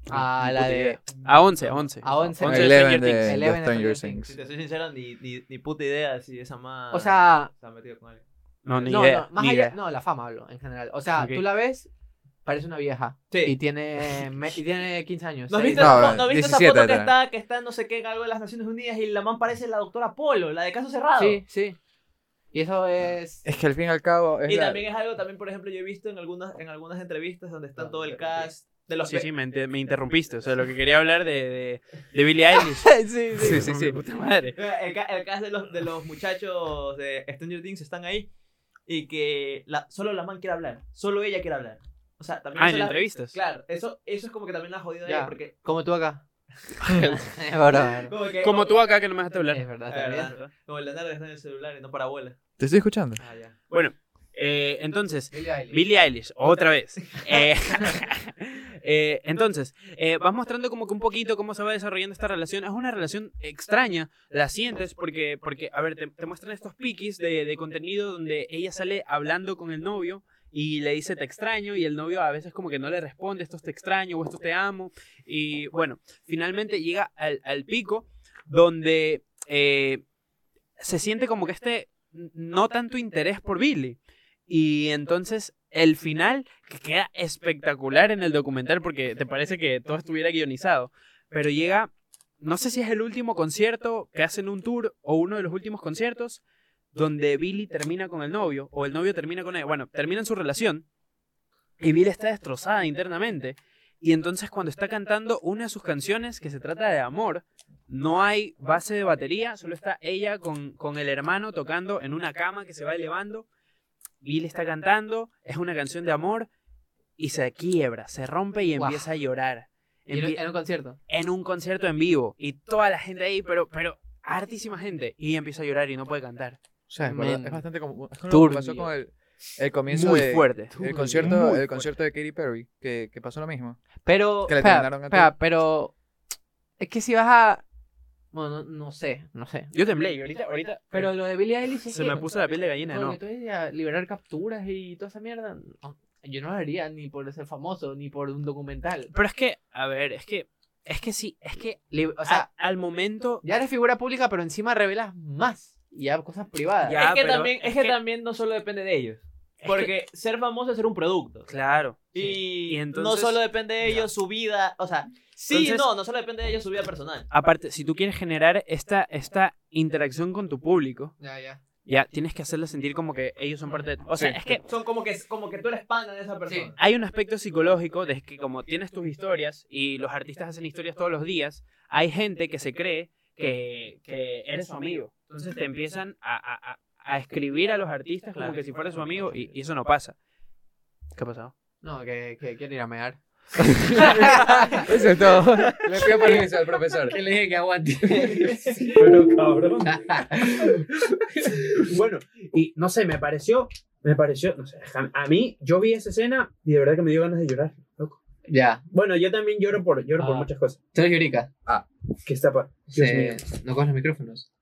B: A
A: Ni
B: la
A: puta
B: de.
A: idea.
C: A 11, 11.
B: A 11.
A: Con
C: Once
A: Eleven
C: Stranger
A: de,
C: Things.
A: de
B: Eleven de
A: Stranger
B: Stranger
A: Things.
D: Si te soy sincero, ni, ni, ni puta idea si esa man
B: O sea.
D: está metida con alguien.
C: No, ni
B: no,
C: idea.
B: no, más
C: ni
B: allá.
C: idea.
B: No, la fama hablo, en general. O sea,
C: Ok.
B: tú la ves, parece una vieja.
D: Sí.
B: Y tiene, me- y tiene 15 años.
D: ¿No has
B: sí.
D: visto,
A: No,
D: no, no has visto esa
A: 17
D: foto que
A: atrás.
D: está, que está no sé qué en algo de las Naciones Unidas y la man parece la doctora Polo, la de caso cerrado?
B: Sí, sí. Y eso es.
A: Es que al fin y al cabo es
D: Y
A: la-
D: también es algo, también por ejemplo, yo he visto en algunas, en algunas entrevistas donde están
B: No,
D: todo el
B: pero sí.
D: cast de los
C: Ah, Sí, sí, me, ente- me interrumpiste. O sea, lo que quería hablar de, de, de Billie Eilish.
B: sí,
A: Sí, sí, sí.
C: Puta madre.
D: El, ca- el cast de los, de los muchachos de Stranger Things están ahí y que la, solo la man quiere hablar, solo ella quiere hablar. O sea, también
C: Ah,
D: eso
C: en
D: la-
C: entrevistas.
D: Claro, eso, eso es como que también la ha jodido a
B: Ya.
D: ella porque
B: Como tú acá. es verdad.
D: como que
C: Como tú acá que no me dejaste hablar.
B: Es verdad,
D: Es
B: está bien.
C: Eh,
D: verdad. como el Leonardo está en el celular y no para abuela.
A: Te estoy escuchando.
D: Ah, ya.
C: Bueno, eh, entonces,
B: Billie Eilish.
C: Billie Eilish, otra vez. Eh, eh, entonces, eh, vas mostrando como que un poquito cómo se va desarrollando esta relación. Es una relación extraña, la sientes, porque, porque a ver, te, te muestran estos piquis de, de contenido donde ella sale hablando con el novio y le dice te extraño y el novio a veces como que no le responde, esto te extraño o esto te amo. Y bueno, finalmente llega al, al pico donde eh, se siente como que este no tanto interés por Billy. Y entonces el final, que queda espectacular en el documental porque te parece que todo estuviera guionizado, pero llega, no sé si es el último concierto que hacen un tour o uno de los últimos conciertos donde Billy termina con el novio o el novio termina con ella, bueno, terminan su relación y Billy está destrozada internamente Y entonces cuando está cantando una de sus canciones que se trata de amor, no hay base de batería, solo está ella con, con el hermano tocando en una cama que se va elevando. Y él está cantando, es una canción de amor y se quiebra, se rompe y
B: Guau.
C: empieza a llorar.
B: Y en,
C: Empie-
B: en un concierto.
C: en un concierto en vivo y toda la gente ahí, pero, pero hartísima gente. Y empieza a llorar y no puede cantar.
A: O sea, es, verdad, es
B: Tremendo.
A: bastante como. Es como lo que
C: Turbio.
A: pasó con el, el comienzo
C: Muy
A: de-
C: fuerte.
A: El
B: Turbio.
A: concierto,
C: Muy
A: el
C: fuerte.
A: concierto de Katy Perry, que, que pasó lo mismo.
B: Pero,
A: Que le
B: espera,
A: terminaron a
B: espera,
A: ti.
B: pero es que si vas a... Bueno, no, no sé, no sé.
C: Yo temblé y ahorita, ahorita
B: Pero lo de Billie Eilish es
C: se
B: que-
C: me puso la piel de gallina,
B: Con
C: ¿no?
B: que tú vayas a liberar capturas y toda esa mierda. no, yo no lo haría ni por ser famoso, ni por un documental.
C: Pero es que, a ver, es que, es que sí, es que,
B: Le- o sea,
C: o sea, al momento,
B: ya eres figura pública, pero encima revelas más. Y ya cosas privadas.
C: Ya,
D: es que,
C: pero
D: también, es,
C: es
D: que,
C: que-
D: también no solo depende de ellos.
C: es que-
D: Porque ser famoso es ser un producto.
C: claro,
D: Y,
C: Y
D: no
C: entonces-
D: solo depende de
C: Ya.
D: ellos su vida. O sea, sí,
C: Entonces-
D: no, no solo depende de ellos su vida personal.
C: aparte, si tú quieres generar esta, esta interacción con tu público,
B: Ya, ya.
C: ya tienes que hacerles sentir como que ellos son parte de... O sea,
A: Sí.
C: es que
D: Son como que, como que tú eres pana de esa persona.
C: hay un aspecto psicológico de que como tienes tus historias y los artistas hacen historias todos los días, hay gente que se cree que, que eres su amigo. Entonces te empiezan a, a- a- a escribir a los artistas como que si fueras su amigo y, y eso no pasa. ¿Qué ha pasado?
B: No, que, que quiero ir a mear.
A: Eso es todo. Le pido permiso al profesor.
B: le dije que aguante.
C: Pero cabrón. bueno,
A: Ah.
C: y no sé, me pareció, me pareció, no sé, a, a mí, yo vi esa escena y de verdad que me dio ganas de llorar. loco.
B: ya.
C: Bueno, yo también lloro por, lloro por
B: Ah.
C: muchas cosas.
B: Tú eres Yurika.
C: ¿Qué está pa- Dios
B: Se-
C: mío, Ah.
B: No coges los micrófonos.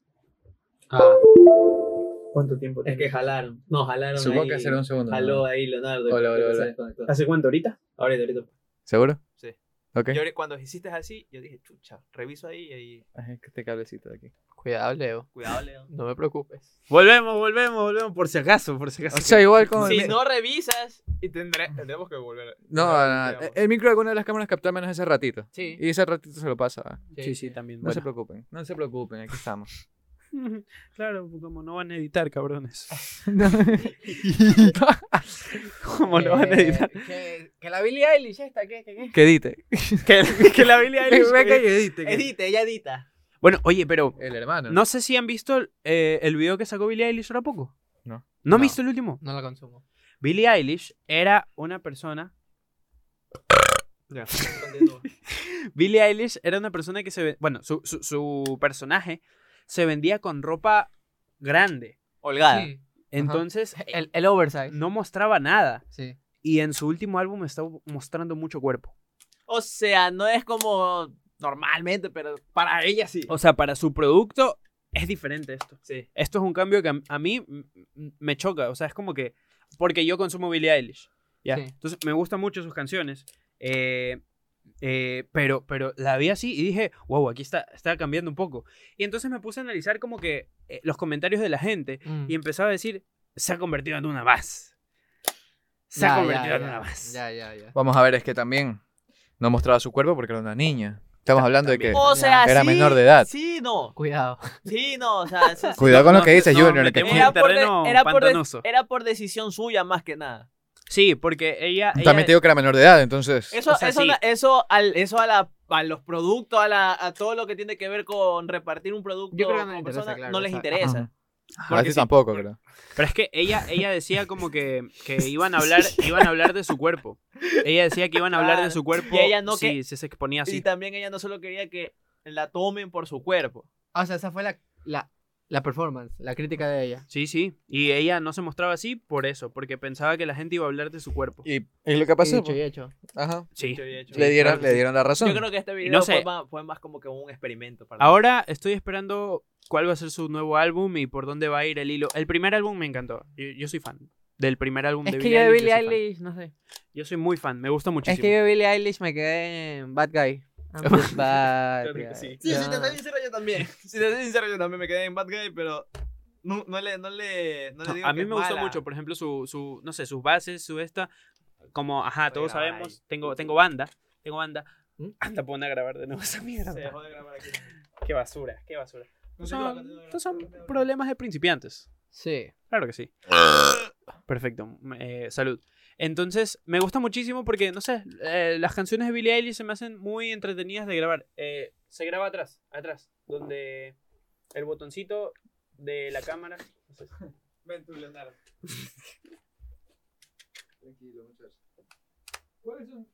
C: ¿Cuánto tiempo?
D: Es
C: tengo?
D: que jalaron. No, jalaron.
A: Supongo
D: ahí.
A: que será un segundo. ¿no?
D: Jaló ahí Leonardo. y
A: Hola,
D: creo
A: hola,
D: que se
A: hola.
D: desconectó.
C: ¿Hace cuánto ahorita?
D: Ahorita, ahorita.
A: ¿Seguro?
D: Sí.
A: Ok.
D: Yo cuando hiciste así, yo dije, chucha, reviso ahí y ahí.
A: Ay, que Este cablecito de aquí.
B: Cuidado, Leo.
D: Cuidado, León.
B: No me preocupes.
C: Volvemos, volvemos, volvemos, por si acaso, por si acaso.
A: O sea, igual como.
D: Si
A: el, mi-
D: no revisas, y tendré, tendremos que volver.
A: no,
D: a-
A: no,
D: digamos.
A: el micro de alguna de las cámaras captó menos ese ratito.
B: Sí.
A: Y ese ratito se lo pasa.
C: sí, sí, también.
A: No se preocupen, no se preocupen, aquí estamos.
C: claro, pues, como no van a editar, cabrones.
A: No.
C: Como no van a
A: Eh.
C: editar.
B: Que, Eh, que, que la Billie Eilish esta, ¿qué? ¿Qué? qué?
A: que edite.
C: que, que la habilidad
D: Edita, ella edita.
C: Bueno, oye, pero
A: El hermano.
C: no sé si han visto eh, el video que sacó Billie Eilish ahora poco.
A: No.
C: ¿No han
B: No.
C: visto el último?
B: No la consumo.
C: Billie Eilish era una persona.
D: Continúa.
C: Billie Eilish era una persona que se. ve- Bueno, su, su, su personaje se vendía con ropa grande.
D: Holgada.
B: Sí.
C: Entonces,
B: El, el oversize.
C: no mostraba nada.
B: Sí.
C: Y en su último álbum está mostrando mucho cuerpo.
D: O sea, no es como normalmente, pero para ella sí.
C: O sea, para su producto es diferente esto.
D: Sí.
C: Esto es un cambio que a, a mí m- m- me choca. O sea, es como que. Porque yo consumo Billie Eilish. ¿ya?
B: Sí.
C: Entonces, me gustan mucho sus canciones. eh, eh, pero, pero la vi así y dije, wow, aquí está, está cambiando un poco. Y entonces me puse a analizar como que eh, los comentarios de la gente
B: Mm.
C: y empezaba a decir, se ha convertido en una más. Se
B: Ya,
C: ha
B: ya,
C: convertido en
B: ya.
C: una más.
B: Ya, ya, ya.
A: Vamos a ver, es que también no mostraba su cuerpo porque era una niña. Estamos hablando de que.
D: O sea,
A: Era
D: sí,
A: menor de edad.
D: Sí, no.
B: Cuidado.
D: Sí, no. O sea, sí, sí.
A: Cuidado con lo
C: No,
A: que dice
C: no,
A: Junior.
C: me
A: que
C: temo-
A: aquí-
D: Era por, de-
C: terreno
D: era, por de-
C: pantanoso.
D: era por decisión suya más que nada.
C: Sí, porque ella. ella-
A: También te digo que era menor de edad, entonces.
D: Eso,
C: O sea,
D: eso,
C: sí.
D: na- eso, al, eso a, la, a los productos, a, la, a todo lo que tiene que ver con repartir un producto
B: Yo creo que no
D: como
B: les interesa,
D: persona,
B: claro,
D: no
B: o
D: les
B: sea,
D: interesa.
A: Ajá. A
C: porque
A: ti
C: sí.
A: tampoco, creo.
C: Pero es que ella, ella decía como que, que iban a hablar, iban a hablar de su cuerpo. Ella decía que iban a hablar de
D: Claro.
C: su cuerpo
D: Y ella no
C: si
D: que-
C: si se exponía
D: Y
C: así.
D: también ella no solo quería que la tomen por su cuerpo.
B: Ah, O sea, esa fue la, la, la performance, la crítica de ella.
C: Sí, sí. Y ella no se mostraba así por eso, porque pensaba que la gente iba a hablar de su cuerpo.
A: Y, y lo que pasó.
B: Y
A: pues,
B: Dicho y hecho.
A: Ajá.
C: Sí.
D: Yo había hecho.
A: le, dieron,
C: claro que
A: le
C: sí.
A: dieron la razón.
D: Yo creo que este video
C: no sé.
D: fue, más, fue más como que un experimento. para-
C: Ahora estoy esperando cuál va a ser su nuevo álbum y por dónde va a ir el hilo. El primer álbum me encantó. Yo, yo soy fan del primer álbum
B: Es
C: de
B: que
C: Billie
B: yo de
C: Eilish.
B: Billie
C: yo soy fan.
B: Eilish, no sé.
C: Yo soy muy fan, me gusta
B: Es
C: muchísimo.
B: que yo de Billie Eilish me quedé en Bad Guy. I'm just Ah, pues, bad
D: Claro que
B: guy.
D: sí. Sí, si te soy sincero, yo también. Si te soy sincero, yo también me quedé en Bad Guy, pero no, no le, no le, no le digo
C: A
D: que
C: mí
D: es
C: me gustó
D: mala.
C: mucho, por ejemplo, su, su, no sé, sus bases, su esta, como, ajá, todos
D: grabar
C: sabemos, tengo, tengo banda, tengo banda.
B: ¿Mm?
C: Anda, pon a grabar de nuevo esa mierda.
D: Se dejó de grabar aquí.
C: Qué basura, qué basura.
D: Continúa,
C: Son,
D: continúa,
C: estos son
D: continúa.
C: problemas de principiantes.
B: Sí.
C: Claro que sí. Perfecto. m- eh, salud. Entonces, me gusta muchísimo porque, no sé, eh, las canciones de Billie Eilish se me hacen muy entretenidas de grabar. Eh, se graba atrás, atrás, donde el botoncito de la cámara. no sé.
D: Ven tú, Leonardo.
A: Tranquilo, muchachos. ¿Cuáles son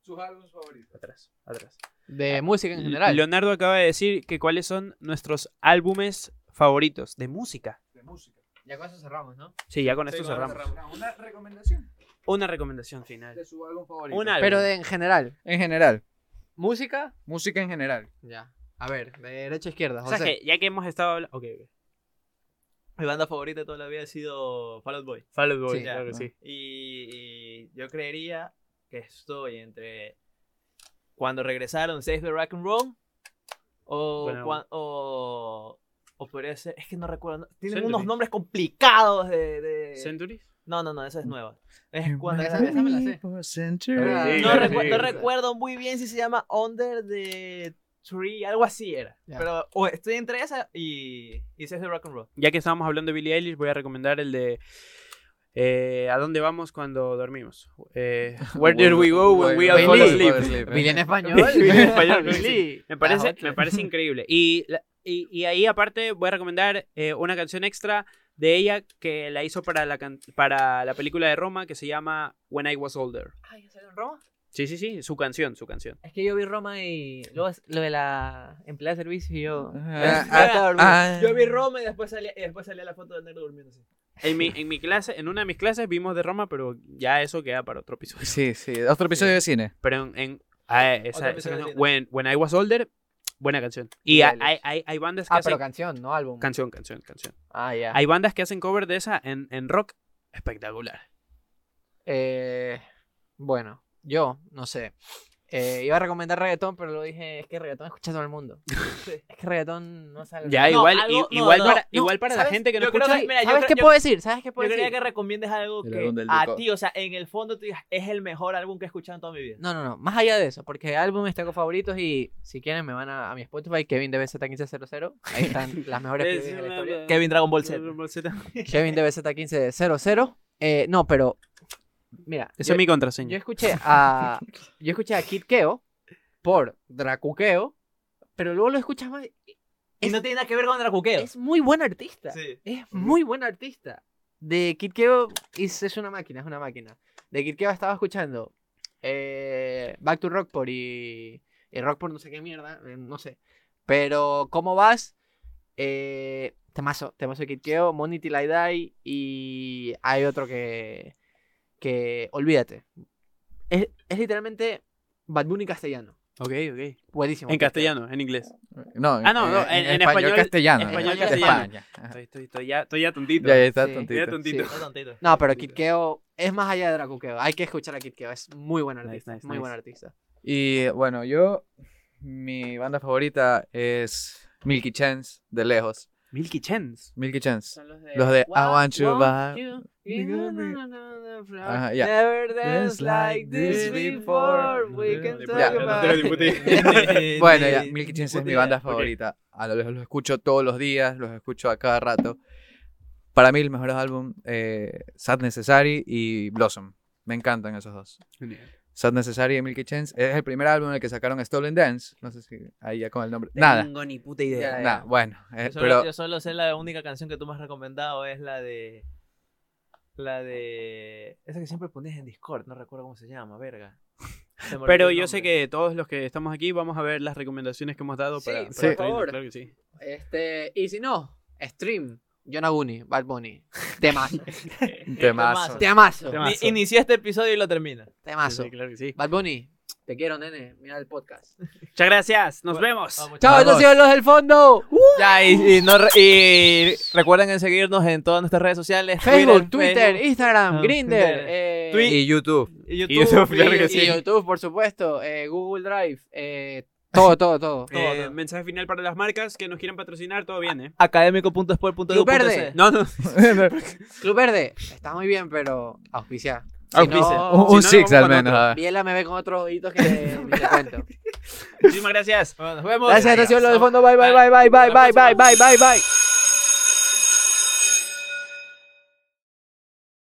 A: sus álbumes favoritos?
C: Atrás, atrás.
B: De música en general.
C: Leonardo acaba de decir que cuáles son nuestros álbumes favoritos de música.
A: De música.
B: Ya con eso cerramos, ¿no?
C: Sí, ya con esto
D: Sí, con eso
C: cerramos.
D: cerramos.
A: Una recomendación
C: Una recomendación final.
A: de su álbum favorito.
C: Un álbum.
B: Pero de- en general.
A: En general.
B: ¿Música?
A: Música en general.
B: Ya. A ver, de derecha a izquierda,
C: O sea,
B: José.
C: que ya que hemos estado hablando. Ok, ok.
D: Mi banda favorita de toda la vida ha sido Fall Out Boy.
C: Fall Out Boy,
B: Sí,
C: claro que
A: ah.
C: sí.
D: Y, y yo creería que estoy entre cuando regresaron Save the Rock and Roll o,
C: Bueno.
D: cuan- o, o podría ser, es que no recuerdo, no- tienen
C: Century.
D: unos nombres complicados de... de-
C: Centuries.
D: No, no, no, esa es nueva. Es cuando
B: Esa- esa me la sé.
A: Century.
B: Sí,
D: no,
B: sí,
D: recu-
B: sí.
D: no recuerdo muy bien si se llama Under the Tree, algo así era.
B: Ya.
D: Pero o estoy entre esa y, y Save the Rock and Roll.
C: Ya que estábamos hablando de Billie Eilish, voy a recomendar el de eh, ¿A dónde vamos cuando dormimos? Eh, Where did we go when we all fall
B: Billie.
C: asleep?
A: ¿eh?
B: Billie en español.
C: Billie en español, Billie. Me
B: Ah,
C: parece,
B: otra.
C: me parece increíble. Y, la- y, y ahí aparte voy a recomendar eh, una canción extra de ella que la hizo para la, can- para la película de Roma que se llama When I Was Older.
D: Ay, ¿ya en Roma?
C: Sí, sí, sí, su canción, su canción.
D: Es que yo vi Roma y luego lo de la empleada de servicio y yo...
A: Ah,
D: Ya estaba
A: ah,
D: dormido.
A: ah.
D: yo vi Roma y después salía, y después salía la foto de negro durmiendo así.
C: En mi, en mi clase, en una de mis clases vimos de Roma, pero ya eso queda para otro episodio.
A: Sí, sí. Otro episodio de cine.
C: Pero en, en- ah, eh, esa,
D: Otra
C: esa
D: canción
C: canción,
D: de
C: when, When I Was Older, buena canción. Y
B: Billie
C: hay,
B: Eilish.
C: hay, hay- hay bandas que
B: Ah,
C: hacen...
B: pero canción, no álbum.
C: canción, canción, canción.
B: ah, ya.
C: Hay bandas que hacen cover de esa en, en rock espectacular.
B: Eh, bueno, yo, no sé. Eh, iba a recomendar reggaetón, pero lo dije, es que reggaetón escucha todo el mundo. Es que reggaetón no sale.
C: Ya,
D: No,
C: igual,
D: algo-
C: i-
D: no,
C: igual
D: no,
C: para,
D: no,
C: igual para la
D: ¿sabes?
C: gente que no
D: Yo creo
C: escucha.
D: que- mira, yo
B: ¿Sabes
D: creo-
B: qué
D: yo-
B: puedo decir? ¿Sabes qué
D: Yo
B: puedo
D: quería
B: decir?
D: que recomiendes algo
A: El
D: que
A: álbum del
D: a
A: Ducó.
D: ti, o sea, en el fondo tú digas, es el mejor álbum que he escuchado en toda mi vida.
B: No, no, no. Más allá de eso, porque álbumes tengo favoritos y si quieren me van a, a mi Spotify, Kevin DBZ1500. Ahí están las mejores playlists de la historia.
D: Kevin Dragon Ball Z.
B: Kevin DBZ1500. Eh, no, pero. Mira,
C: Esa
B: yo,
C: es mi
B: yo
C: contraseña.
B: escuché a. Yo escuché a Kid Keo por Dracuqueo, pero luego lo escuchas más.
D: Y no tiene nada que ver con Dracuqueo.
B: Es muy buen artista.
D: Sí.
B: Es muy buen artista. De Kid Keo es, es una máquina, es una máquina. De Kid Keo estaba escuchando eh, Back to Rockport y, y Rockport no sé qué mierda, eh, no sé. Pero ¿Cómo vas? Eh, temazo, temazo de Kid Keo, Money Till I Die y hay otro que... que olvídate. Es, es literalmente Bad Bunny castellano.
C: Ok, ok.
B: Buenísimo.
C: En
B: Kid Keo.
C: castellano, en inglés.
A: No, eh,
C: Ah, no, no, en- en español-
A: castellano. eh,
C: español
A: De
C: castellano.
A: España. Ajá.
C: Estoy, estoy- estoy ya, estoy ya tontito.
A: Ya, ya está
B: Sí.
A: tontito.
C: Estoy ya tontito.
D: No, tontito.
B: No, pero Kid Keo es más allá de Dracuqueo. Hay que escuchar a Kid Keo. Es muy buen artista.
C: nice,
B: muy buen
C: nice.
B: artista.
A: Y bueno, yo, mi banda favorita es Milky Chance, de lejos.
C: Milky Chance.
A: Milky Chance.
C: Los
A: Los de I Want You Back. Ajá, ya.
B: Never dance like this before. We can
C: Ya,
B: talk
A: no
B: about
C: tengo ni puta idea.
A: Bueno, ya, Milky Chance es mi
C: idea.
A: banda
C: Eh, Ok.
A: favorita. A lo- los, escucho todos los días, los escucho a cada rato. Para mí, el mejor álbum, eh, Sad Necessary y Blossom. Me encantan esos dos. Sad Necessary y Milky Chance. Es el primer álbum en el que sacaron Stolen Dance. No sé si ahí ya con el nombre. Nada.
C: Tengo ni puta
B: Ya,
C: idea.
B: ya.
A: Nada, bueno. eh,
D: Yo solo,
A: pero
D: yo solo sé la única canción que tú me has recomendado es la de. La de. Esa que siempre pones en Discord, no recuerdo cómo se llama, verga. Se me olvidó
C: Pero
D: el
C: yo sé
D: nombre.
C: que todos los que estamos aquí vamos a ver las recomendaciones que hemos dado
B: Sí,
C: para,
B: por
C: para-
B: favor.
C: Claro que sí.
B: Este, y si no, stream. Yonaguni, Bad Bunny. Temazo.
A: un temazo.
D: temazo.
B: Temazo.
C: Temazo.
D: Ni- Inició este episodio y lo termina.
B: Temazo.
C: Sí, claro que sí.
B: Bad Bunny, te quiero, nene. Mira el podcast.
C: Muchas gracias. Nos
D: Bueno,
C: vemos.
D: vamos,
B: Chao,
A: Vamos.
B: estos son los del fondo.
D: Ya, y, y no re- y recuerden en seguirnos en todas nuestras redes sociales.
B: Facebook, Twitter, Instagram,
D: Ah,
B: Grindr,
D: Twitter.
B: eh,
D: Twi-
A: Y YouTube.
D: Facebook, y YouTube.
C: Y YouTube, claro
B: y-
C: que
B: y
C: sí.
B: YouTube, por supuesto, eh, Google Drive, eh, todo, todo, todo.
D: todo,
C: Eh,
D: todo.
C: Mensaje final para las marcas que nos quieran patrocinar, todo viene.
D: académico.sport.edu.es.
B: Verde.
C: No, no.
B: Club Verde, está muy bien, pero auspicia. Si
C: Auspicia.
B: no,
A: Un,
C: si
A: un
C: no,
A: six
C: vamos
A: al
C: con
A: menos.
C: otro.
D: ah.
A: a ver.
B: Biela me ve con otros ojitos que ni te cuento.
C: Muchísimas gracias.
D: Bueno, nos vemos.
B: Gracias, esto ha sido lo del fondo. Bye, bye, bye, bye, bye, bye, bye, bye, bye, bye.